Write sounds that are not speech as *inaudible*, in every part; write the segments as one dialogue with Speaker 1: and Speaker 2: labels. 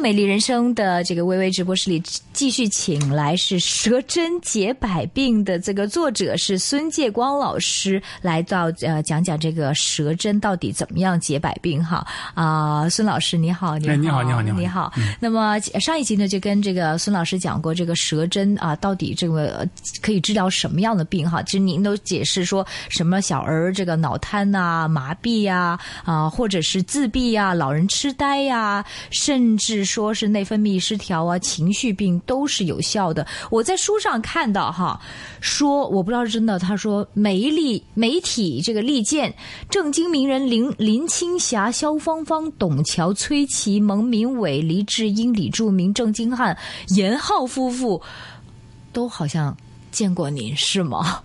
Speaker 1: 美丽人生的这个微微直播室里，继续请来是《舌针解百病》的这个作者是孙介光老师，来到呃讲讲这个舌针到底怎么样解百病哈啊、孙老师你好，你好，
Speaker 2: 哎你好你好你好
Speaker 1: 你好。那么上一集呢，就跟这个孙老师讲过，这个舌针啊，到底这个呃可以治疗什么样的病哈？其实您都解释说什么小儿这个脑瘫呐、麻痹呀、啊，或者是自闭呀、老人痴呆呀、甚至说是内分泌失调啊、情绪病都是有效的。我在书上看到哈，说我不知道是真的，他说媒力媒体这个利剑，政经名人林林青霞、萧芳芳、董桥、崔琦、蒙民伟、黎智英、李柱铭、郑经翰、严浩夫妇，都好像见过您是吗？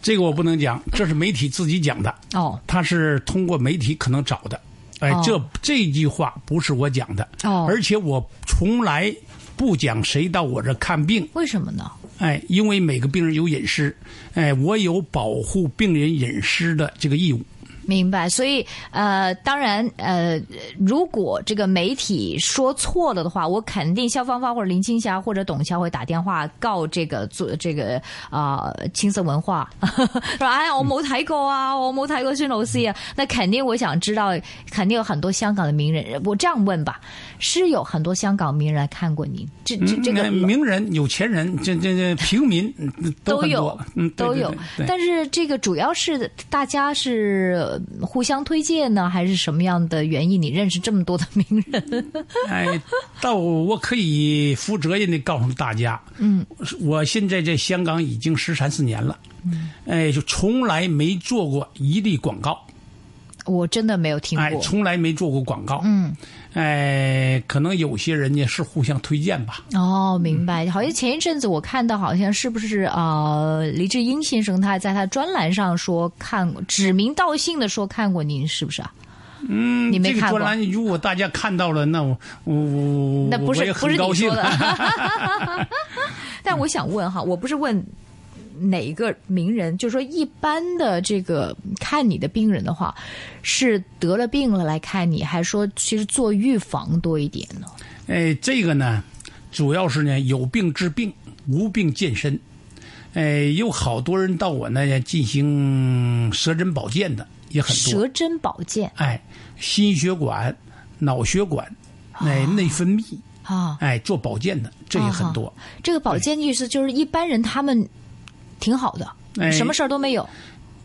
Speaker 2: 这个我不能
Speaker 1: 嗯
Speaker 2: 讲，这是媒体自己讲的，
Speaker 1: 哦
Speaker 2: 他是通过媒体可能找的。哎，
Speaker 1: 哦
Speaker 2: 这这句话不是我讲的，
Speaker 1: 哦
Speaker 2: 而且我从来不讲谁到我这看病，
Speaker 1: 为什么呢？
Speaker 2: 哎，因为每个病人有隐私，哎，我有保护病人隐私的这个义务。
Speaker 1: 明白，所以呃，当然呃，如果这个媒体说错了的话，我肯定肖芳芳或者林青霞或者董桥会打电话告这个做这个啊、呃青涩文化， *laughs* 说哎呀我冇睇过啊，我冇睇過孫老師啊，那肯定我想知道，肯定有很多香港的名人，我这样问吧，是有很多香港名人来看过您，这这这个
Speaker 2: 嗯名人、有钱人，这这这平民嗯
Speaker 1: 都
Speaker 2: 很
Speaker 1: 有
Speaker 2: 多，嗯，对
Speaker 1: 都
Speaker 2: 对
Speaker 1: 有
Speaker 2: 对对，
Speaker 1: 但是这个主要是大家是呃互相推荐呢，还是什么样的原因？你认识这么多的名人，
Speaker 2: *laughs* 哎，到我可以负责任的告诉大家，嗯，我现在在香港已经十三四年了，嗯，哎，就从来没做过一例广告，
Speaker 1: 我真的没有听
Speaker 2: 哎，
Speaker 1: 过。
Speaker 2: 从来没做过广告，嗯，哎，可能有些人家是互相推荐吧，
Speaker 1: 哦，明白。好像前一阵子我看到，好像是不是呃，黎智英先生他在他专栏上说看过，指名道姓的说看过您，是不是啊？嗯，你没
Speaker 2: 这个
Speaker 1: 看过
Speaker 2: 专？栏如果大家看到了，那我我我
Speaker 1: 那不
Speaker 2: 我
Speaker 1: 是
Speaker 2: 也
Speaker 1: 不
Speaker 2: 很
Speaker 1: 是
Speaker 2: 高
Speaker 1: 你
Speaker 2: 兴
Speaker 1: 说，的。 *laughs*
Speaker 2: *laughs*
Speaker 1: 但我想问哈，我不是问哪一个名人，就说一般的这个看你的病人的话，是得了病了来看你，还说其实做预防多一点呢？
Speaker 2: 哎，这个呢，主要是呢有病治病，无病健身。哎，有好多人到我那进行舌诊保健的也很多。
Speaker 1: 舌针保健
Speaker 2: 哎，心血管、脑血管，哎，内分泌，
Speaker 1: 啊，
Speaker 2: 哎，做保健的这也很多。
Speaker 1: 这个保健意思就是一般人他们挺好的，
Speaker 2: 哎
Speaker 1: 什么事儿都没有。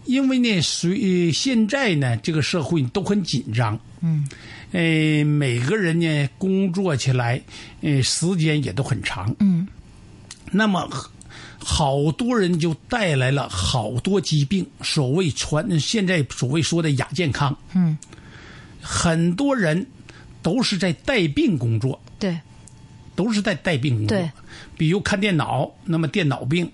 Speaker 2: 因为呢，随呃现在呢，这个社会都很紧张，嗯，呃，每个人呢工作起来，呃，时间也都很长，嗯，那么好多人就带来了好多疾病，所谓传现在所谓说的亚健康，嗯，很多人都是在带病工作，
Speaker 1: 对，
Speaker 2: 都是在带病工作。
Speaker 1: 对，
Speaker 2: 比如看电脑，那么电脑
Speaker 1: *laughs*
Speaker 2: 病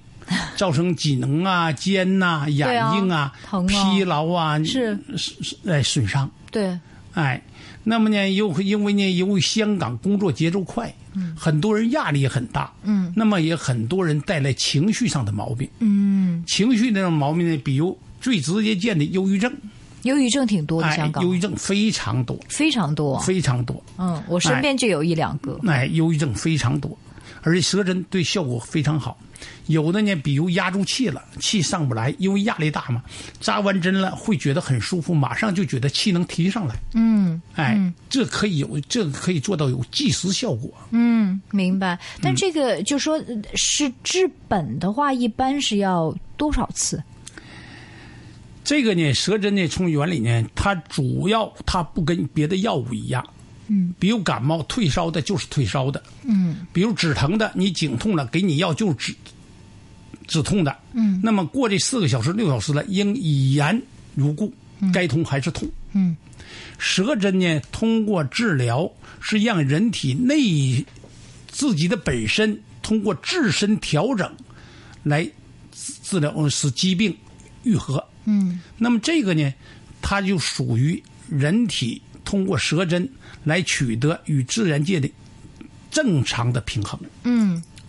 Speaker 2: 造成脊能啊、肩呐、眼睛啊、
Speaker 1: 疼啊
Speaker 2: 疲劳啊，
Speaker 1: 是
Speaker 2: 是哎损伤，
Speaker 1: 对，
Speaker 2: 哎，那么呢，又因为呢，由于香港工作节奏快，嗯，很多人压力也很大，嗯，那么也很多人带来情绪上的毛病，嗯，情绪那种毛病呢，比如最直接见的忧郁症，
Speaker 1: 忧郁症挺多的，
Speaker 2: 哎
Speaker 1: 香，港、
Speaker 2: 忧郁症非常多，
Speaker 1: 非常多。
Speaker 2: 非哎常多，
Speaker 1: 嗯，我身边就有一两个。
Speaker 2: 哎，忧郁症非常多，而且舌诊对效果非常好。有的呢，比如压住气了，气上不来，因为压力大嘛，扎完针了会觉得很舒服，马上就觉得气能提上来。嗯，哎，这可以有，这个可以做到有即时效果。
Speaker 1: 嗯，明白。但这个就说呃是治本的话，一般是要多少次？
Speaker 2: 这个呢，舌针呢，从原理呢，它主要它不跟别的药物一样。嗯，比如感冒退烧的，就是退烧的。嗯，比如止疼的，你颈痛了，给你药就是止止痛的。嗯，那么过这四个小时、六小时了，应已然如故，该痛还是痛。嗯，舌针呢，通过治疗是让人体内自己的本身通过自身调整来治治疗，呃使疾病愈合。嗯，那么这个呢，它就属于人体通过舌针来取得与自然界的正常的平衡，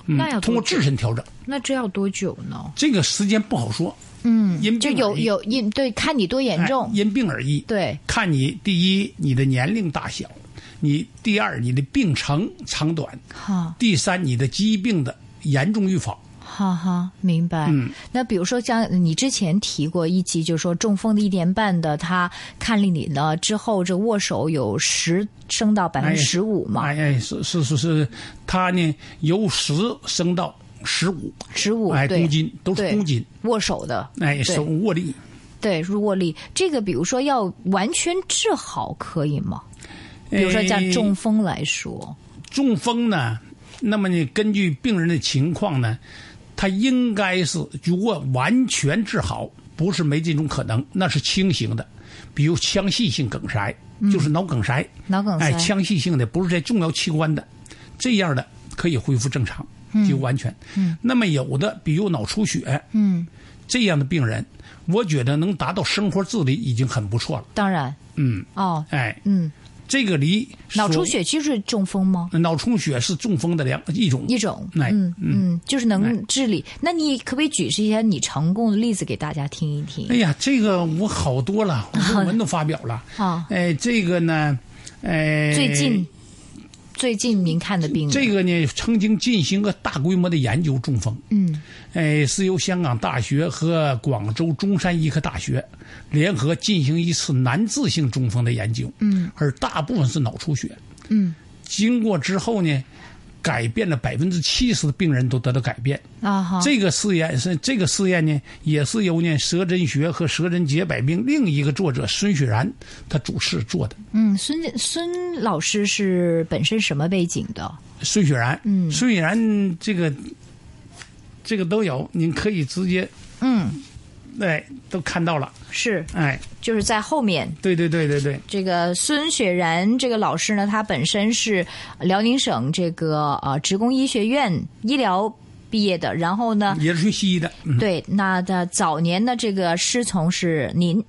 Speaker 1: 那要
Speaker 2: 嗯
Speaker 1: 多
Speaker 2: 通过自身调整。
Speaker 1: 那这要多久呢？
Speaker 2: 这个时间不好说，嗯，因
Speaker 1: 就
Speaker 2: 病
Speaker 1: 有
Speaker 2: 而异
Speaker 1: 有因对，看你多严
Speaker 2: 哎
Speaker 1: 重。
Speaker 2: 因病而异。
Speaker 1: 对
Speaker 2: 看你第一你的年龄大小，你第二你的病程长短，
Speaker 1: 哈
Speaker 2: 第三你的疾病的严重与否。
Speaker 1: 哈哈，明白。
Speaker 2: 嗯，
Speaker 1: 那比如说像你之前提过一集，就是说中风的一年半的，他看了你呢之后，这握手有十升到百分之十五嘛，
Speaker 2: 哎哎，是是是是，它呢由十升到十五，
Speaker 1: 十五、
Speaker 2: 哎，
Speaker 1: 对
Speaker 2: 公斤都是
Speaker 1: 对
Speaker 2: 公斤，
Speaker 1: 握手的，
Speaker 2: 哎，手握力。
Speaker 1: 对，是握力。这个比如说要完全治好可以吗？比如说像
Speaker 2: 哎
Speaker 1: 中风来说，
Speaker 2: 中风呢，那么呢，根据病人的情况呢，他应该是如果完全治好，不是没这种可能，那是轻型的，比如腔隙性梗塞，
Speaker 1: 嗯
Speaker 2: 就是脑梗塞，
Speaker 1: 脑梗
Speaker 2: 哎，
Speaker 1: 塞，
Speaker 2: 腔隙性的不是在重要器官的，这样的可以恢复正常，就完全。嗯，那么有的比如脑出血，
Speaker 1: 嗯，
Speaker 2: 这样的病人，我觉得能达到生活自理已经很不错了。
Speaker 1: 当然，
Speaker 2: 嗯，
Speaker 1: 哦，
Speaker 2: 哎，
Speaker 1: 嗯，
Speaker 2: 这个离
Speaker 1: 脑出
Speaker 2: 所
Speaker 1: 血就是中风吗？
Speaker 2: 脑出血是中风的两一种，
Speaker 1: 一种，
Speaker 2: 哎
Speaker 1: 嗯嗯，就是能
Speaker 2: 哎
Speaker 1: 治理。那你可不可以举示一下你成功的例子给大家听一听
Speaker 2: 哎？呀，这个我好
Speaker 1: *laughs*
Speaker 2: 多了，我论文都发表了。
Speaker 1: 啊
Speaker 2: 哎，这个呢，哎，
Speaker 1: 最近最近您看的病人，
Speaker 2: 这个呢，曾经进行个大规模的研究中风。
Speaker 1: 嗯，
Speaker 2: 哎，是由香港大学和广州中山医科大学联合进行一次难治性中风的研究。嗯，而大部分是脑出血。
Speaker 1: 嗯，
Speaker 2: 经过之后呢，改变了百分之七十的病人都得到改变。
Speaker 1: 啊哈，
Speaker 2: 这个试验是这个试验呢，也是由呢舌诊学和舌诊解百病另一个作者孙雪然他主持做的。
Speaker 1: 嗯，孙孙老师是本身什么背景的？
Speaker 2: 孙雪然，嗯，孙雪然这个这个都有，您可以直接
Speaker 1: 嗯，
Speaker 2: 哎都看到了，
Speaker 1: 是
Speaker 2: 哎，
Speaker 1: 就是在后面
Speaker 2: 对对对对对，
Speaker 1: 这个孙雪然这个老师呢，他本身是辽宁省这个呃职工医学院医疗毕业的，然后呢，
Speaker 2: 也是学西医的，嗯，
Speaker 1: 对，那的早年的这个师从是您。
Speaker 2: 嗯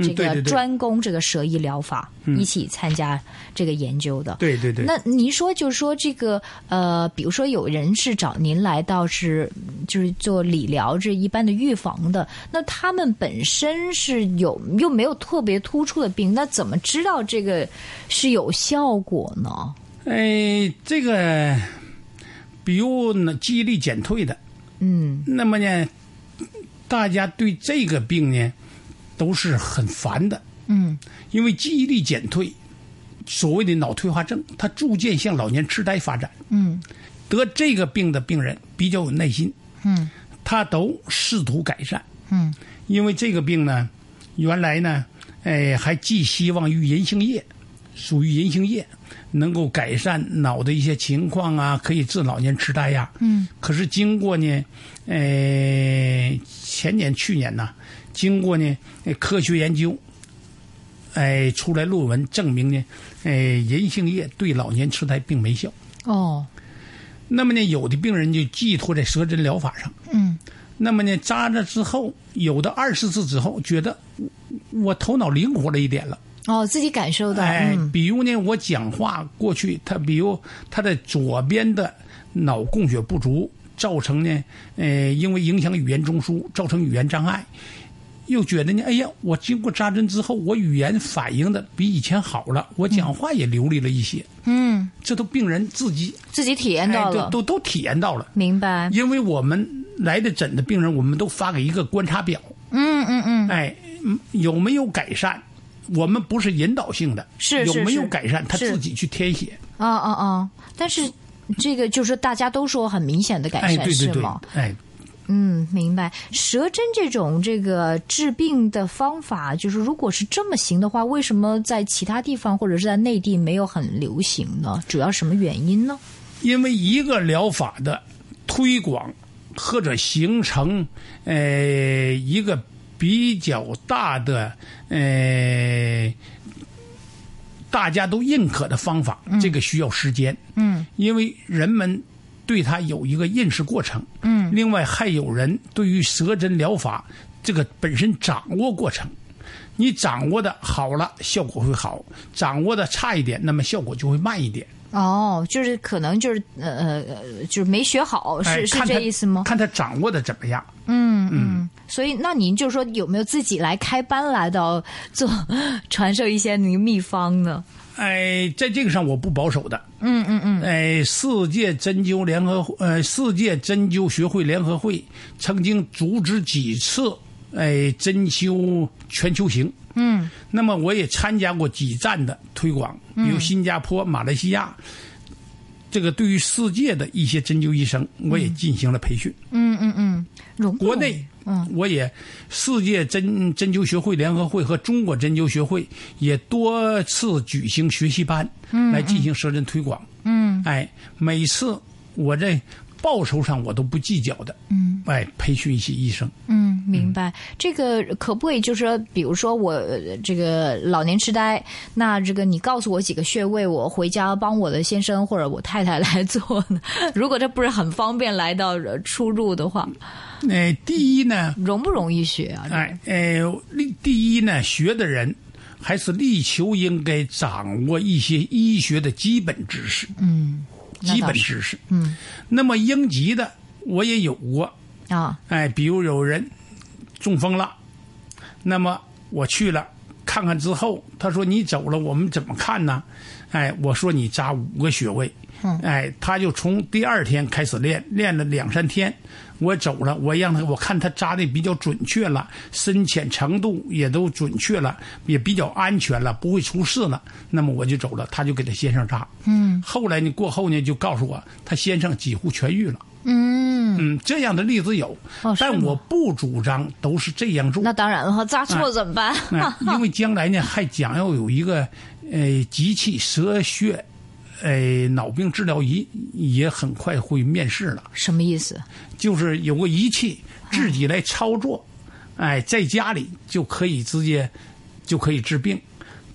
Speaker 1: 这
Speaker 2: 对
Speaker 1: 个
Speaker 2: 对嗯对
Speaker 1: 专攻这个舌医疗法，一起参加这个研究的。
Speaker 2: 对对对。
Speaker 1: 那您说，就是说这个呃，比如说有人是找您来到是嗯就是做理疗这一般的预防的，那他们本身是有又没有特别突出的病，那怎么知道这个是有效果呢？
Speaker 2: 哎，这个比如呢，记忆力减退的，嗯，那么呢，大家对这个病呢都是很烦的，
Speaker 1: 嗯，
Speaker 2: 因为记忆力减退，所谓的脑退化症，它逐渐向老年痴呆发展，嗯，得这个病的病人比较有耐心，
Speaker 1: 嗯，
Speaker 2: 他都试图改善，
Speaker 1: 嗯，
Speaker 2: 因为这个病呢，原来呢，哎，还寄希望于银杏叶，属于银杏叶，能够改善脑的一些情况啊，可以治老年痴呆呀、嗯，可是经过呢，呃，前年、去年呐，经过呢、呃科学研究，哎、出来论文证明呢，哎、银杏叶对老年痴呆并没效。
Speaker 1: 哦，
Speaker 2: 那么呢，有的病人就寄托在舌诊疗法上。
Speaker 1: 嗯，
Speaker 2: 那么呢，扎着之后，有的二十次之后，觉得我我头脑灵活了一点了。
Speaker 1: 哦，自己感受到，
Speaker 2: 哎
Speaker 1: 嗯，
Speaker 2: 比如呢，我讲话过去，他比如他的左边的脑供血不足，造成呢，呃，因为影响语言中枢，造成语言障碍。又觉得呢，哎呀，我经过扎针之后，我语言反应的比以前好了，我讲话也流利了一些。
Speaker 1: 嗯，
Speaker 2: 这都病人自己
Speaker 1: 自己体验
Speaker 2: 哎，
Speaker 1: 到
Speaker 2: 都
Speaker 1: 了，
Speaker 2: 都都体验到了。
Speaker 1: 明白，
Speaker 2: 因为我们来的诊的病人，我们都发给一个观察表，
Speaker 1: 嗯嗯嗯，
Speaker 2: 哎，嗯有没有改善？我们不是引导性的，
Speaker 1: 是
Speaker 2: 有
Speaker 1: 是
Speaker 2: 没有
Speaker 1: 是
Speaker 2: 改善，他
Speaker 1: 是
Speaker 2: 自己去填写。
Speaker 1: 啊啊啊！但是这个就是大家都说很明显的改
Speaker 2: 哎，
Speaker 1: 善，
Speaker 2: 对对
Speaker 1: 是
Speaker 2: 对
Speaker 1: 吗？，
Speaker 2: 哎，
Speaker 1: 嗯，明白。舌针这种这个治病的方法，就是如果是这么行的话，为什么在其他地方或者是在内地没有很流行呢？主要什么原因呢？
Speaker 2: 因为一个疗法的推广或者形成，呃，一个比较大的，呃，大家都认可的方法，这个需要时间。嗯，因为人们对它有一个认识过程。嗯，另外还有人对于舌诊疗法这个本身掌握过程。你掌握的好了，效果会好；掌握的差一点，那么效果就会慢一点。
Speaker 1: 哦，就是可能就是呃呃，呃就是没学好，是、
Speaker 2: 哎
Speaker 1: 是
Speaker 2: 看他
Speaker 1: 这意思吗？
Speaker 2: 看他掌握的怎么样。
Speaker 1: 所以那您就说 *laughs* 有没有自己来开班来到做传授一些您秘方呢？
Speaker 2: 哎，在这个上我不保守的。
Speaker 1: 嗯嗯嗯，
Speaker 2: 哎，世界针灸联合呃，世界针灸学会联合会曾经阻止几次哎针灸全球行。
Speaker 1: 嗯，
Speaker 2: 那么我也参加过几站的推广，比如新加坡、马来西亚，这个对于世界的一些针灸医生，我也进行了培训。
Speaker 1: 嗯嗯嗯，荣
Speaker 2: 国内，嗯我也世界针针灸学会联合会和中国针灸学会也多次举行学习班，来进行舌诊推广。
Speaker 1: 嗯，
Speaker 2: 哎，每次我这报酬上我都不计较的。嗯，哎，培训一些医生。
Speaker 1: 嗯，明白。这个可不可以就是说，比如说我呃这个老年痴呆，那这个你告诉我几个穴位，我回家帮我的先生或者我太太来做呢？ *laughs* 如果这不是很方便来到呃出入的话，
Speaker 2: 哎，第一呢，
Speaker 1: 容不容易学啊？这个
Speaker 2: 哎，呃，力第一呢，学的人还是力求应该掌握一些医学的基本知识，嗯，
Speaker 1: 那
Speaker 2: 基
Speaker 1: 倒
Speaker 2: 本
Speaker 1: 是
Speaker 2: 知识，嗯。那么应急的我也有过，
Speaker 1: 啊，
Speaker 2: 哎，比如有人中风了，那么我去了看看之后，他说你走了，我们怎么看呢？哎，我说你扎五个穴位，哎，他就从第二天开始练，练了两三天，我走了，我让他我看他扎的比较准确了，深浅程度也都准确了，也比较安全了，不会出事了，那么我就走了，他就给他先生扎，嗯，后来呢，过后呢，就告诉我他先生几乎痊愈了。嗯，这样的例子有，
Speaker 1: 哦是
Speaker 2: 但
Speaker 1: 吗
Speaker 2: 我不主张都是这样做，
Speaker 1: 那当然了，扎错怎么办？
Speaker 2: 哎因为将来呢还将要有一个呃机器舌血呃脑病治疗仪也很快会面世了，
Speaker 1: 什么意思？
Speaker 2: 嗯就是有个仪器自己来操作，
Speaker 1: 嗯
Speaker 2: 哎，在家里就可以直接就可以治病，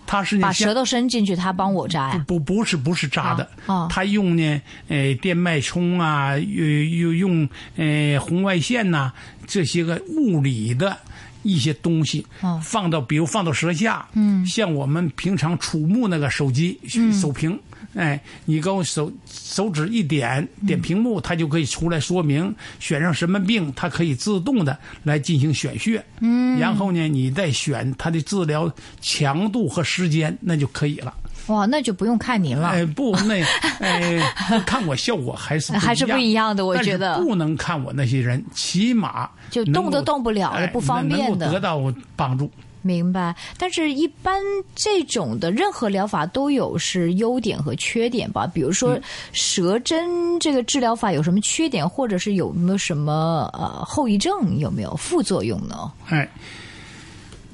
Speaker 2: 它是
Speaker 1: 把
Speaker 2: 呢像
Speaker 1: 舌头伸进去，他帮我扎呀？
Speaker 2: 不不是不是扎的，
Speaker 1: 啊啊
Speaker 2: 他用呢，呃，电脉冲啊，呃又用呃红外线呐、这些个物理的一些东西，
Speaker 1: 哦
Speaker 2: 放到比如放到舌下，嗯，像我们平常触目那个手机手屏。哎，你跟我手手指一点点屏幕，它就可以出来说明选上什么病，它可以自动的来进行选穴。嗯，然后呢，你再选它的治疗强度和时间，那就可以了。
Speaker 1: 哇，那就不用看您了。
Speaker 2: 嗯哎，不，那哎，看我效果还是不
Speaker 1: 还是不一样的我
Speaker 2: 但是
Speaker 1: 觉得
Speaker 2: 不能看我那些人，起码
Speaker 1: 就
Speaker 2: 能
Speaker 1: 动都
Speaker 2: 够
Speaker 1: 动不了的
Speaker 2: 哎
Speaker 1: 不方便
Speaker 2: 能
Speaker 1: 的
Speaker 2: 够得到帮助。
Speaker 1: 明白，但是一般这种的任何疗法都有是优点和缺点吧？比如说
Speaker 2: 嗯
Speaker 1: 舌针这个治疗法有什么缺点，或者是有没有什么呃后遗症，有没有副作用呢？
Speaker 2: 哎，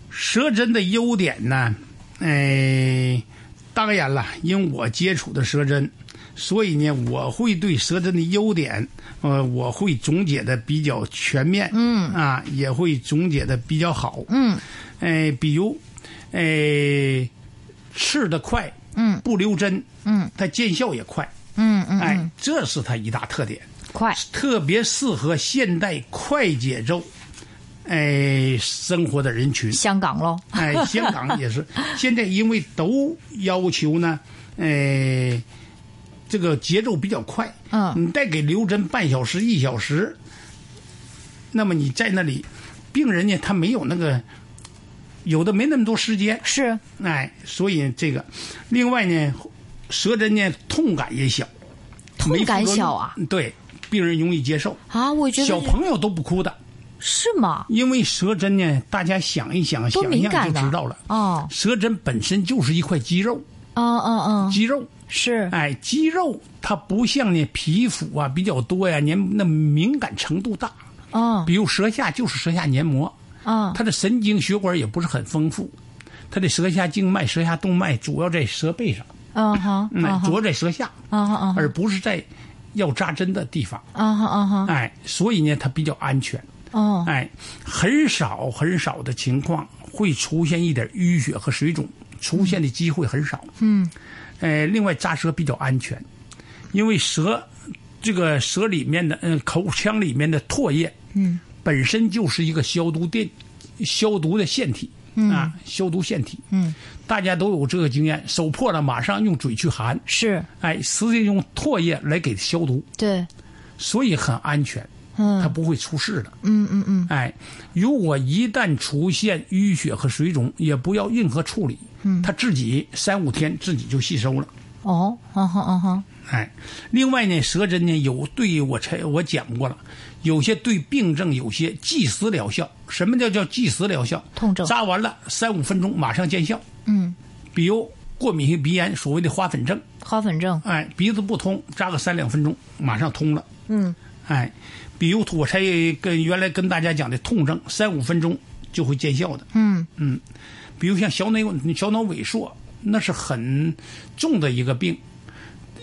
Speaker 2: 舌针的优点呢，哎，当然了，因为我接触的舌针，所以呢，我会对舌针的优点，呃，我会总结的比较全面，嗯，啊，也会总结的比较好，嗯，哎，比如，哎，刺的快，嗯，不留针，嗯，它见效也快，
Speaker 1: 嗯嗯，
Speaker 2: 哎，这是它一大特点。
Speaker 1: 快，。
Speaker 2: 特别适合现代快节奏，哎，生活的人群
Speaker 1: 香港喽，
Speaker 2: 哎，香港也是，现在因为都要求呢，哎，这个节奏比较快。
Speaker 1: 嗯
Speaker 2: 你再给刘真半小时、一小时，那么你在那里，病人呢他没有那个，有的没那么多时间，
Speaker 1: 是
Speaker 2: 哎，所以这个，另外呢，舌针呢痛感也小，
Speaker 1: 痛
Speaker 2: 没副
Speaker 1: 感
Speaker 2: 作
Speaker 1: 小
Speaker 2: 用
Speaker 1: 啊，
Speaker 2: 对，病人容易接受。
Speaker 1: 啊，我觉
Speaker 2: 小
Speaker 1: 得
Speaker 2: 朋友都不哭的，
Speaker 1: 是吗？
Speaker 2: 因为舌针呢，大家想一想，
Speaker 1: 多
Speaker 2: 想一
Speaker 1: 敏
Speaker 2: 想
Speaker 1: 感
Speaker 2: 就
Speaker 1: 呢
Speaker 2: 知道了。
Speaker 1: 哦
Speaker 2: 舌针本身就是一块肌肉，
Speaker 1: 嗯嗯嗯，
Speaker 2: 肌肉，
Speaker 1: 是，
Speaker 2: 哎，肌肉它不像呢皮肤啊比较多呀、黏那敏感程度大。
Speaker 1: 嗯
Speaker 2: 比如舌下就是舌下黏膜，
Speaker 1: 嗯
Speaker 2: 它的神经血管也不是很丰富，它的舌下静脉、舌下动脉主要在舌背上，
Speaker 1: 嗯哈，嗯
Speaker 2: 嗯，
Speaker 1: 哈，
Speaker 2: 主要在舌下，
Speaker 1: 嗯哈，嗯哈，
Speaker 2: 而不是在要扎针的地方。
Speaker 1: 嗯哈，嗯哈，
Speaker 2: 哎，所以呢，它比较安全。
Speaker 1: 哦，
Speaker 2: 哎，很少很少的情况会出现一点淤血和水肿，出现的机会很少。嗯，呃，另外扎舌比较安全，因为舌这个舌里面的嗯、口腔里面的唾液，嗯，本身就是一个消毒电消毒的腺体。啊，消毒腺体，嗯，大家都有这个经验，手破了马上用嘴去含，
Speaker 1: 是
Speaker 2: 哎，实际用唾液来给消毒，
Speaker 1: 对，
Speaker 2: 所以很安全。它不会出事的。嗯嗯嗯。哎，如果一旦出现淤血和水肿，也不要任何处理，它自己三五天自己就吸收了。
Speaker 1: 哦，哦哈哦哈，
Speaker 2: 哎，另外呢，舌针呢有对我才我讲过了，有些对病症有些即时疗效。什么叫叫即时疗效？
Speaker 1: 痛症
Speaker 2: 扎完了三五分钟马上见效。
Speaker 1: 嗯，
Speaker 2: 比如过敏性鼻炎，所谓的花粉症，
Speaker 1: 花粉症，
Speaker 2: 哎，鼻子不通，扎个三两分钟马上通了。
Speaker 1: 嗯，
Speaker 2: 哎，比如我才跟原来跟大家讲的痛症，三五分钟就会见效的。
Speaker 1: 嗯
Speaker 2: 嗯，比如像小脑小脑萎缩，那是很重的一个病，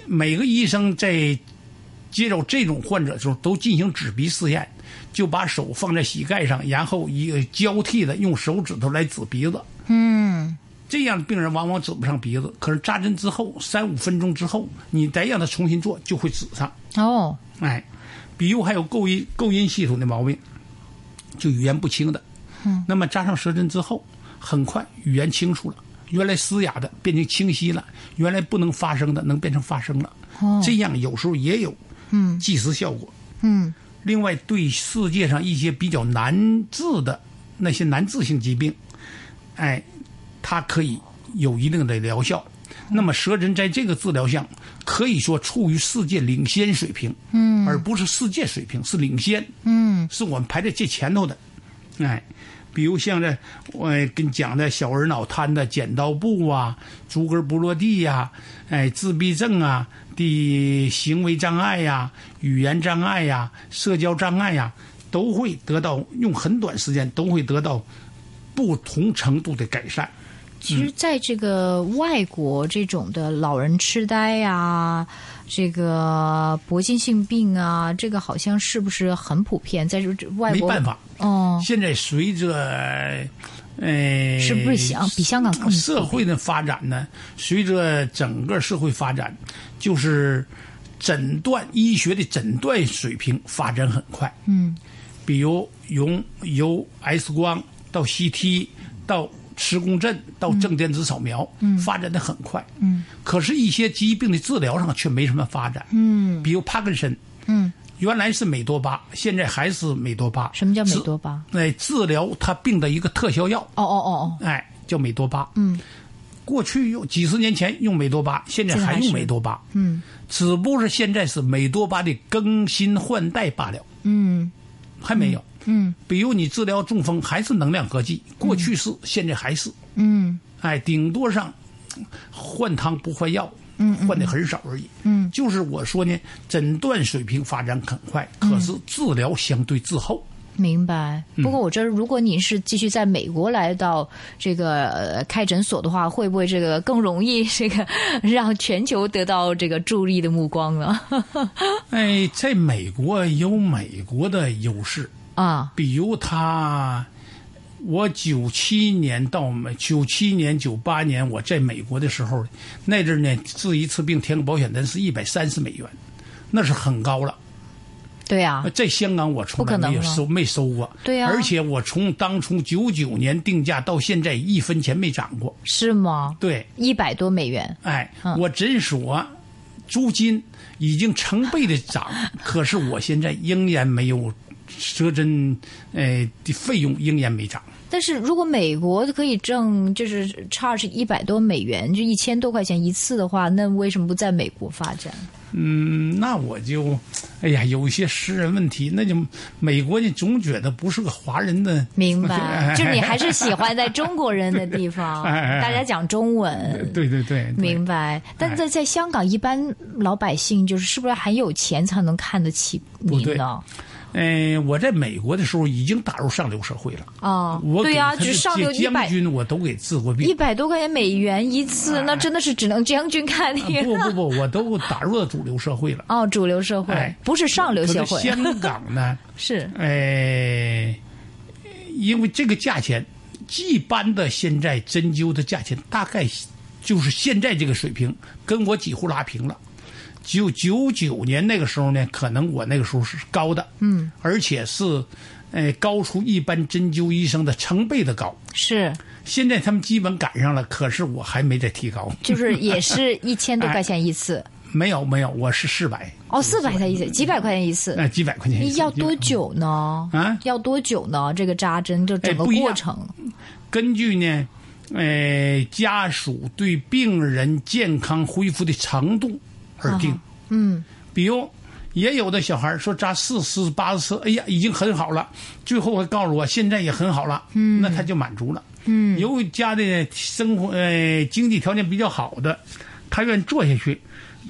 Speaker 2: 每个医生在接受这种患者的时候都进行指鼻试验，就把手放在膝盖上，然后一个交替的用手指头来指鼻子。
Speaker 1: 嗯，
Speaker 2: 这样的病人往往指不上鼻子，可是扎针之后三五分钟之后，你再让他重新做，就会指上。
Speaker 1: 哦，
Speaker 2: 哎，比如还有构音构音系统的毛病，就语言不清的。嗯，那么扎上舌针之后，很快语言清楚了，原来嘶哑的变成清晰了，原来不能发声的能变成发声了。
Speaker 1: 哦
Speaker 2: 这样有时候也有嗯即时效果。
Speaker 1: 嗯
Speaker 2: 另外，对世界上一些比较难治的那些难治性疾病，哎，它可以有一定的疗效。那么舌诊在这个治疗上，可以说处于世界领先水平，嗯，而不是世界水平，是领先，
Speaker 1: 嗯，
Speaker 2: 是我们排在最前头的，哎，比如像这我跟你讲的小儿脑瘫的剪刀布啊，足跟不落地呀、哎，自闭症啊的行为障碍呀、语言障碍呀、社交障碍呀、都会得到用很短时间都会得到不同程度的改善。
Speaker 1: 其
Speaker 2: 嗯
Speaker 1: 实在这个外国这种的老人痴呆呀、这个铂金性病啊，这个好像是不是很普遍？在这这外
Speaker 2: 没
Speaker 1: 国
Speaker 2: 办法，
Speaker 1: 哦，
Speaker 2: 现在随着，呃，
Speaker 1: 是不是想比香港更
Speaker 2: 啊社会的发展呢？随着整个社会发展，就是诊断医学的诊断水平发展很快。嗯，比如由由 X 光到 CT 到磁共振到正电子扫描，嗯，发展的很快。嗯，可是，一些疾病的治疗上却没什么发展。嗯，比如帕金森。
Speaker 1: 嗯，
Speaker 2: 原来是美多巴，现在还是美多巴。
Speaker 1: 什么叫美
Speaker 2: 治
Speaker 1: 多巴？
Speaker 2: 哎，治疗他病的一个特效药，
Speaker 1: 哦哦哦哦，
Speaker 2: 哎，叫美多巴。嗯，过去用几十年前用美多巴，现在
Speaker 1: 现在
Speaker 2: 还
Speaker 1: 还
Speaker 2: 用
Speaker 1: 是
Speaker 2: 美多巴。嗯，只不过是现在是美多巴的更新换代罢了。嗯，还没有。嗯，比如你治疗中风还是能量合剂，过去是，现在还是。
Speaker 1: 嗯
Speaker 2: 哎，顶多上换汤不换药，嗯，换的很少而已。嗯，就是我说呢，诊断水平发展很快，可是治疗相对滞后。
Speaker 1: 明白。
Speaker 2: 嗯
Speaker 1: 不过我这，如果您是继续在美国来到这个、呃、开诊所的话，会不会这个更容易这个 *laughs* 让全球得到这个注意的目光呢？ *laughs*
Speaker 2: 哎，在美国有美国的优势，
Speaker 1: 啊，
Speaker 2: 比如他，我九七年到美，九七年九八年我在美国的时候，那阵儿呢治一次病填个保险单是一百三十美元，那是很高了。
Speaker 1: 对啊，
Speaker 2: 在香港我从
Speaker 1: 不可
Speaker 2: 来
Speaker 1: 能
Speaker 2: 没有
Speaker 1: 了
Speaker 2: 收没收过，
Speaker 1: 对啊呀
Speaker 2: 而且我从当从九九年定价到现在一分钱没涨过，
Speaker 1: 是吗？
Speaker 2: 对，
Speaker 1: 一百多美元，
Speaker 2: 哎，
Speaker 1: 嗯
Speaker 2: 我诊所租金已经成倍的
Speaker 1: *laughs*
Speaker 2: 涨，可是我现在仍然没有舌针，呃的费用仍然没涨。
Speaker 1: 但是如果美国可以挣就是 charge 一百多美元，就一千多块钱一次的话，那为什么不在美国发展？
Speaker 2: 嗯，那我就，哎呀，有一些私人问题，那就美国你总觉得不是个华人的，
Speaker 1: 明
Speaker 2: *laughs*
Speaker 1: 白，就是你还是喜欢在中国人的地方，
Speaker 2: 哎哎哎
Speaker 1: 大家讲中文。
Speaker 2: 对哎对对，对
Speaker 1: 明白，但在在香港，一般老百姓就是是不是很有钱才能看得起您呢？
Speaker 2: 哎，我在美国的时候已经打入上流社会了。
Speaker 1: 啊，
Speaker 2: 我
Speaker 1: 对
Speaker 2: 给
Speaker 1: 呀、
Speaker 2: 他
Speaker 1: 只
Speaker 2: 的
Speaker 1: 上流一
Speaker 2: 将
Speaker 1: 百
Speaker 2: 军我都给治过
Speaker 1: 一
Speaker 2: 病。
Speaker 1: 百多块钱美元一
Speaker 2: 哎
Speaker 1: 次，那真的是只能将军看你
Speaker 2: 不
Speaker 1: 了。
Speaker 2: 不
Speaker 1: *laughs*
Speaker 2: 不，我都打入了主流社会了。
Speaker 1: 哦，主流社会、
Speaker 2: 哎
Speaker 1: 不是上流
Speaker 2: 可
Speaker 1: 社
Speaker 2: 是
Speaker 1: 会，
Speaker 2: 香港呢，
Speaker 1: 是
Speaker 2: 哎，因为这个价钱，一般的现在针灸的价钱大概就是现在这个水平，跟我几乎拉平了。九九九年那个时候呢，可能我那个时候是高的，嗯，而且是，呃，高出一般针灸医生的成倍的高。
Speaker 1: 是，
Speaker 2: 现在他们基本赶上了，可是我还没再提高。
Speaker 1: *laughs* 就是也是一千多块钱一次，
Speaker 2: 没有没有，我是四百，
Speaker 1: 哎哦，四百才一次，几百块钱一次，
Speaker 2: 那几百块钱一次
Speaker 1: 要
Speaker 2: 几百
Speaker 1: 多久呢？
Speaker 2: 啊？
Speaker 1: 要多久呢？这个扎针就整个
Speaker 2: 哎不一样
Speaker 1: 过程，
Speaker 2: 根据呢，呃，家属对病人健康恢复的长度而定。
Speaker 1: 嗯，
Speaker 2: 比如，也有的小孩说扎四次、八次，哎呀，已经很好了。最后还告诉我，现在也很好了，嗯，那他就满足了。嗯，由于家的生活呃经济条件比较好的，他愿意做下去，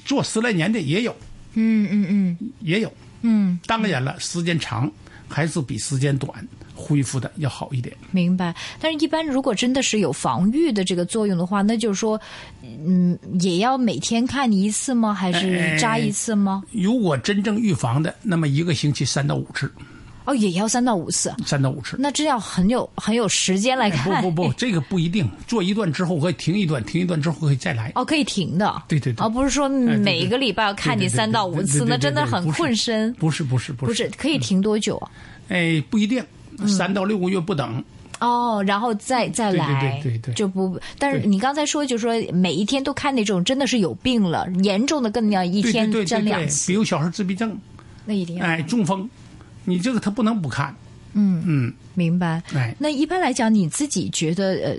Speaker 2: 做十来年的也有，
Speaker 1: 嗯嗯嗯
Speaker 2: 也有。
Speaker 1: 嗯，
Speaker 2: 当然了，时间长还是比时间短恢复的要好一点。
Speaker 1: 明白。但是，一般如果真的是有防御的这个作用的话，那就是说，嗯，也要每天看一次吗？还
Speaker 2: 哎
Speaker 1: 是扎一次吗？
Speaker 2: 如果真正预防的，那么一个星期三到五次，
Speaker 1: 哦，也要三到五次。
Speaker 2: 三到
Speaker 1: *laughs*
Speaker 2: 五次。
Speaker 1: 那真要很有很有时间来
Speaker 2: 不
Speaker 1: 看，
Speaker 2: 哎不不，这个不一定，做一段之后可以停一段，停一段之后可以再来。
Speaker 1: *laughs* 哦，可以停的。哦
Speaker 2: 对对对哎
Speaker 1: 而不是说
Speaker 2: 对对
Speaker 1: 每一个礼拜要看你
Speaker 2: 对对对
Speaker 1: 三到五次，
Speaker 2: 对对对对
Speaker 1: 那真的很
Speaker 2: 不是
Speaker 1: 困身。
Speaker 2: 不是不是不
Speaker 1: 不
Speaker 2: 是，
Speaker 1: 是，嗯可以停多久啊？
Speaker 2: 哎，不一定，三到六个月不等。
Speaker 1: 哦，然后再再
Speaker 2: 对
Speaker 1: 来，
Speaker 2: 对对对对
Speaker 1: 就不。但是
Speaker 2: 对
Speaker 1: 你刚才说，就说每一天都看那种真的是有病了，严重的更要一
Speaker 2: 对对
Speaker 1: 天
Speaker 2: 对对
Speaker 1: 针两
Speaker 2: 对，
Speaker 1: 次，
Speaker 2: 比如小孩自闭症，
Speaker 1: 那一定要、
Speaker 2: 哎，中风，你这个他不能不看。
Speaker 1: 嗯
Speaker 2: 嗯，
Speaker 1: 明白。
Speaker 2: 哎，
Speaker 1: 那一般来讲，你自己觉得呃，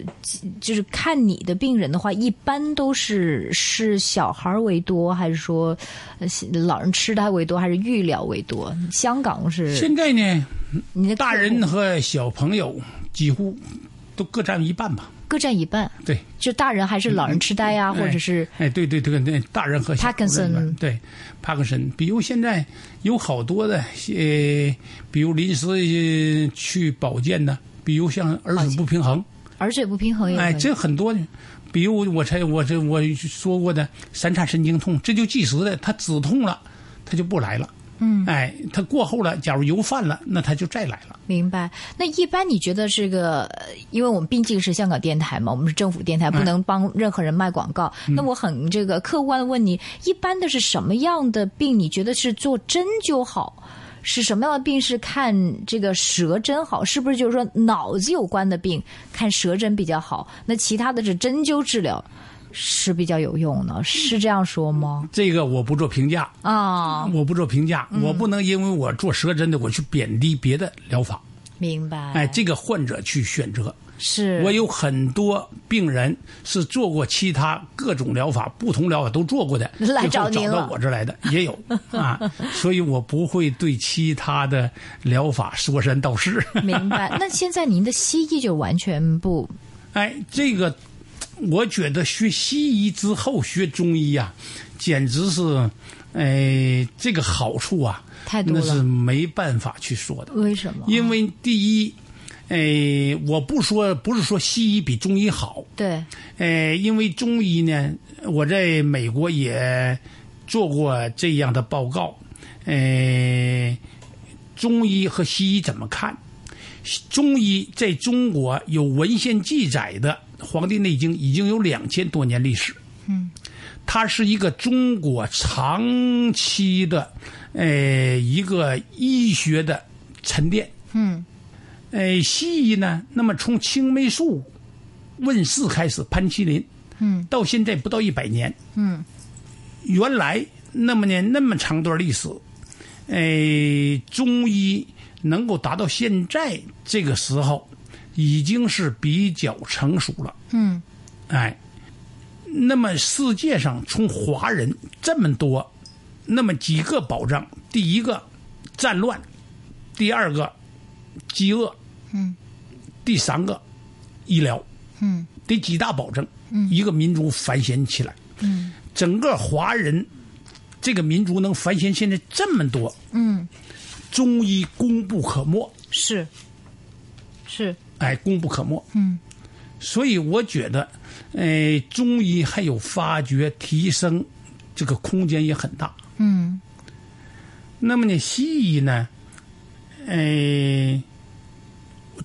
Speaker 1: 就是看你的病人的话，一般都是是小孩儿为多，还是说呃老人痴呆为多，还是预疗为多？香港是
Speaker 2: 现在呢，
Speaker 1: 你的客户
Speaker 2: 大人和小朋友几乎都各占一半吧。
Speaker 1: 各占一半，
Speaker 2: 对，
Speaker 1: 就大人还是老人痴呆呀、啊或者是
Speaker 2: 哎，对对对，那大人和小孩
Speaker 1: Parkinson
Speaker 2: 人对帕克森，比如现在有好多的呃，比如临时呃去保健的，比如像儿子不平衡，
Speaker 1: 耳水不平衡也
Speaker 2: 哎，
Speaker 1: 会
Speaker 2: 这很多。比如我才我这我说过的三叉神经痛，这就即时的，他止痛了，他就不来了。嗯，哎，他过后了，假如油犯了，那他就再来了。
Speaker 1: 明白。那一般你觉得这个，呃因为我们毕竟是香港电台嘛，我们是政府电
Speaker 2: 嗯
Speaker 1: 台，不能帮任何人卖广告。那我很这个客观的问你，一般的是什么样的病？你觉得是做针灸好？是什么样的病是看这个舌针好？是不是就是说脑子有关的病看舌针比较好？那其他的是针灸治疗是比较有用呢？是这样说吗？
Speaker 2: 这个我不做评价，
Speaker 1: 啊、
Speaker 2: 我不做评价，我不能因为我做舌针的，我去贬低别的疗法。
Speaker 1: 哦明白。
Speaker 2: 哎，这个患者去选择。
Speaker 1: 是
Speaker 2: 我有很多病人是做过其他各种疗法、不同疗法都做过的，
Speaker 1: 来
Speaker 2: 最
Speaker 1: 找
Speaker 2: 后
Speaker 1: 您
Speaker 2: 找到
Speaker 1: 了
Speaker 2: 我这儿来的
Speaker 1: *laughs*
Speaker 2: 也有啊，所以我不会对其他的疗法说三道四。
Speaker 1: 明白。那现在您的西医就完全不
Speaker 2: *laughs* 哎，这个我觉得学西医之后学中医啊，简直是，哎，这个好处啊，
Speaker 1: 太多
Speaker 2: 那是
Speaker 1: 了。
Speaker 2: 没办法去说的。
Speaker 1: 为什么？
Speaker 2: 因为第一，诶、我不说不是说西医比中医好，
Speaker 1: 对，
Speaker 2: 诶、呃因为中医呢，我在美国也做过这样的报告，诶、中医和西医怎么看？中医在中国有文献记载的《黄帝内经》已经有两千多年历史。它是一个中国长期的，呃，一个医学的沉淀。嗯，呃，西医呢，那么从青霉素问世开始，潘麒麟，嗯，到现在不到一百年，嗯，原来那么呢那么长段历史，呃，中医能够达到现在这个时候，已经是比较成熟了。嗯，哎。那么世界上从华人这么多，那么几个保障，第一个战乱，第二个饥饿，嗯，第三个医疗，嗯，这几大保证，嗯，一个民族繁衍起来，嗯，整个华人这个民族能繁衍现在这么多，嗯，中医功不可没，
Speaker 1: 是是
Speaker 2: 哎，功不可没。嗯，所以我觉得，呃，中医还有发掘提升这个空间也很大。嗯，那么呢，西医呢，呃，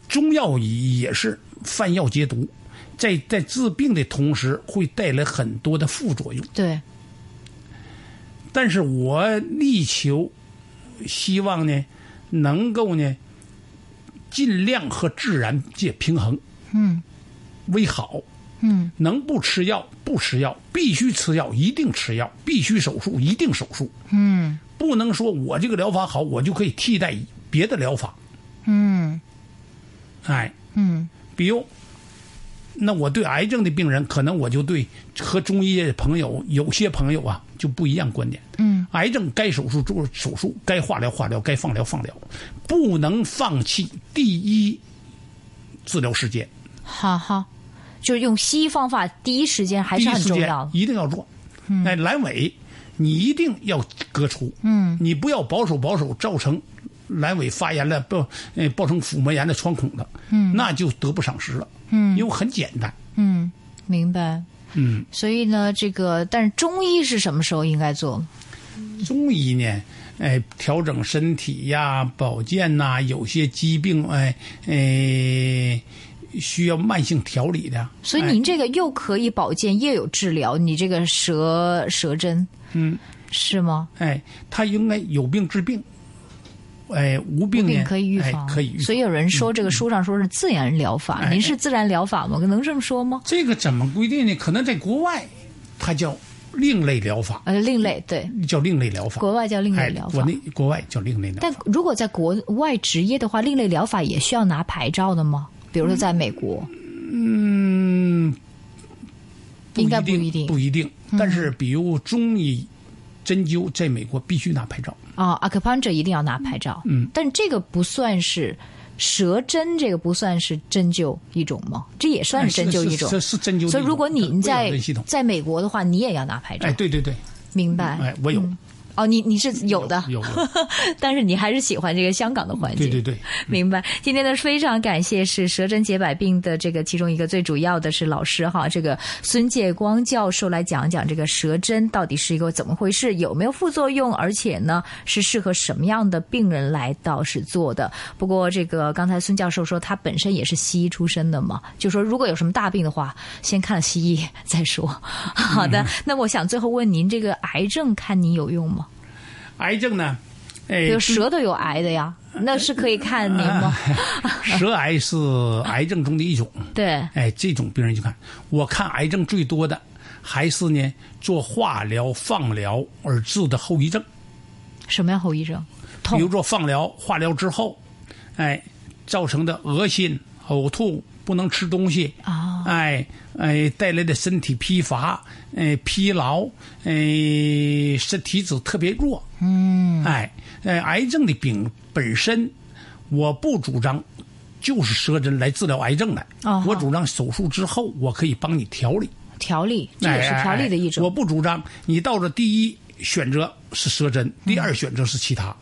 Speaker 2: 中药也是泛药解毒，在在治病的同时会带来很多的副作用。
Speaker 1: 对，
Speaker 2: 但是我力求，希望呢，能够呢，尽量和自然界平衡，嗯，为好，嗯，能不吃药不吃药，必须吃药一定吃药，必须手术一定手术。
Speaker 1: 嗯
Speaker 2: 不能说我这个疗法好，我就可以替代别的疗法。
Speaker 1: 嗯
Speaker 2: 哎，
Speaker 1: 嗯
Speaker 2: 比如，那我对癌症的病人，可能我就对和中医界的朋友，有些朋友啊就不一样观点。
Speaker 1: 嗯，
Speaker 2: 癌症该手术做手术，该化疗化疗，该放疗放疗，不能放弃第一治疗时间，
Speaker 1: 好好，就是用西医方法，第一时间还
Speaker 2: 第
Speaker 1: 是
Speaker 2: 一
Speaker 1: 很
Speaker 2: 时
Speaker 1: 重
Speaker 2: 间
Speaker 1: 要。嗯
Speaker 2: 一定要做。哎，阑尾你一定要割除。嗯，你不要保守保守，造成阑尾发炎了，不，呃，造成腹膜炎的穿孔了，嗯，那就得不偿失了。嗯，因为很简单。
Speaker 1: 嗯，明白。
Speaker 2: 嗯，
Speaker 1: 所以呢，这个但是中医是什么时候应该做？
Speaker 2: 中医呢，哎，调整身体呀、保健呐、有些疾病，哎，哎，需要慢性调理的。
Speaker 1: 所以您这个又可以保健，又有治疗，你这个舌舌针，
Speaker 2: 嗯，
Speaker 1: 是吗？
Speaker 2: 哎，他应该有病治病，哎，无病呢
Speaker 1: 病可以预防，
Speaker 2: 哎、可以预防。
Speaker 1: 所以有人说这个书上说是自然疗法，
Speaker 2: 哎
Speaker 1: 您是自然疗法吗？能这么说吗？
Speaker 2: 这个怎么规定呢？可能在国外，它叫另类疗法，
Speaker 1: 呃，另类，对，
Speaker 2: 叫另类疗法。
Speaker 1: 国外叫另类
Speaker 2: 哎
Speaker 1: 疗
Speaker 2: 国
Speaker 1: 法。
Speaker 2: 内国外叫另类疗法。
Speaker 1: 但如果在国外执业的话，另类疗法也需要拿牌照的吗？比如说在美国，
Speaker 2: 嗯，
Speaker 1: 应该
Speaker 2: 不
Speaker 1: 不
Speaker 2: 一
Speaker 1: 一定嗯
Speaker 2: 不一定。但是比如中医针灸，在美国必须拿牌照。
Speaker 1: 啊、a c u p u n c t u r e 一定要拿牌照，
Speaker 2: 嗯，
Speaker 1: 但这个不算是舌针，这个不算是针灸一种吗？这也算是针灸一种。
Speaker 2: 哎是是是针灸的一种。
Speaker 1: 所以如果
Speaker 2: 它
Speaker 1: 你
Speaker 2: 归到
Speaker 1: 在
Speaker 2: 这系统，
Speaker 1: 在美国的话，你也要拿牌照，
Speaker 2: 哎，对对对，
Speaker 1: 明白？
Speaker 2: 哎，我有
Speaker 1: 哦，你你是有的，
Speaker 2: 有有，
Speaker 1: 但是你还是喜欢这个香港的环境。
Speaker 2: 对对对，
Speaker 1: 明白。今天呢，非常感谢是舌诊解百病的这个其中一个最主要的是老师哈，这个孙介光教授来讲讲这个舌针到底是一个怎么回事，有没有副作用，而且呢是适合什么样的病人来到是做的。不过这个刚才孙教授说他本身也是西医出身的嘛，就说如果有什么大病的话，先看了西医 *laughs* 再说。好的，那我想最后问您，这个癌症看你有用吗？
Speaker 2: 癌症呢，哎
Speaker 1: 比，如舌头有癌的呀，那是可以看您吗？
Speaker 2: 舌癌是癌症中的一种。
Speaker 1: 对。
Speaker 2: 哎，这种病人就看，我看癌症最多的还是呢做化疗、放疗而致的后遗症，
Speaker 1: 什么样后遗症？
Speaker 2: 比如
Speaker 1: 痛
Speaker 2: 做放疗、化疗之后，哎，造成的恶心、呕吐、不能吃东西，
Speaker 1: 啊、
Speaker 2: 哎哎带来的身体疲乏、哎疲劳、哎身体质特别弱，嗯，哎哎，癌症的病本身，我不主张。就是舌针来治疗癌症的，
Speaker 1: 哦
Speaker 2: 我主张手术之后我可以帮你调理，
Speaker 1: 调理，这也是
Speaker 2: 哎哎
Speaker 1: 调理的一
Speaker 2: 哎我
Speaker 1: 种。
Speaker 2: 不主张你到了第一选择是舌针，第
Speaker 1: 嗯
Speaker 2: 二选择是其他，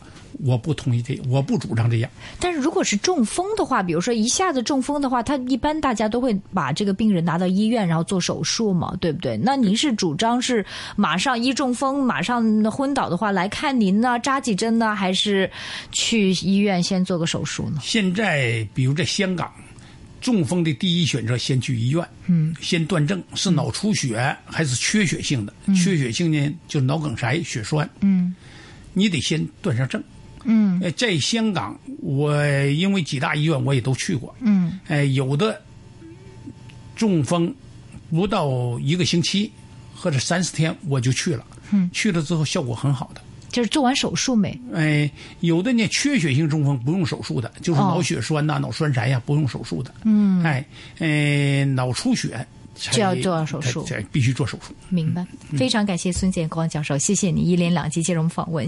Speaker 2: 我不同意这，我不主张这样。
Speaker 1: 但是如果是中风的话，比如说一下子中风的话，他一般大家都会把这个病人拿到医院，然后做手术嘛，对不对？那您是主张是马上一中风马上昏倒的话来看您呢，扎几针呢，还是去医院先做个手术呢？
Speaker 2: 现在比如在香港。中风的第一选择先去医院，嗯，先断症是脑出血还是缺血性的？缺血性呢就是脑梗塞、血栓，嗯，你得先断上症，嗯，在香港我因为几大医院我也都去过，嗯，哎，有的中风不到一个星期或者三四天我就去了，嗯，去了之后效果很好的，
Speaker 1: 就是做完手术没？
Speaker 2: 哎，有的呢，缺血性中风不用手术的，就是
Speaker 1: 哦
Speaker 2: 脑血栓呐、脑栓塞呀，不用手术的。嗯，哎，哎，脑出血才
Speaker 1: 就要做手术
Speaker 2: 才才必须做手术。嗯
Speaker 1: 明白？非常感谢孙建光教授，谢谢你一连两集接受我们访问。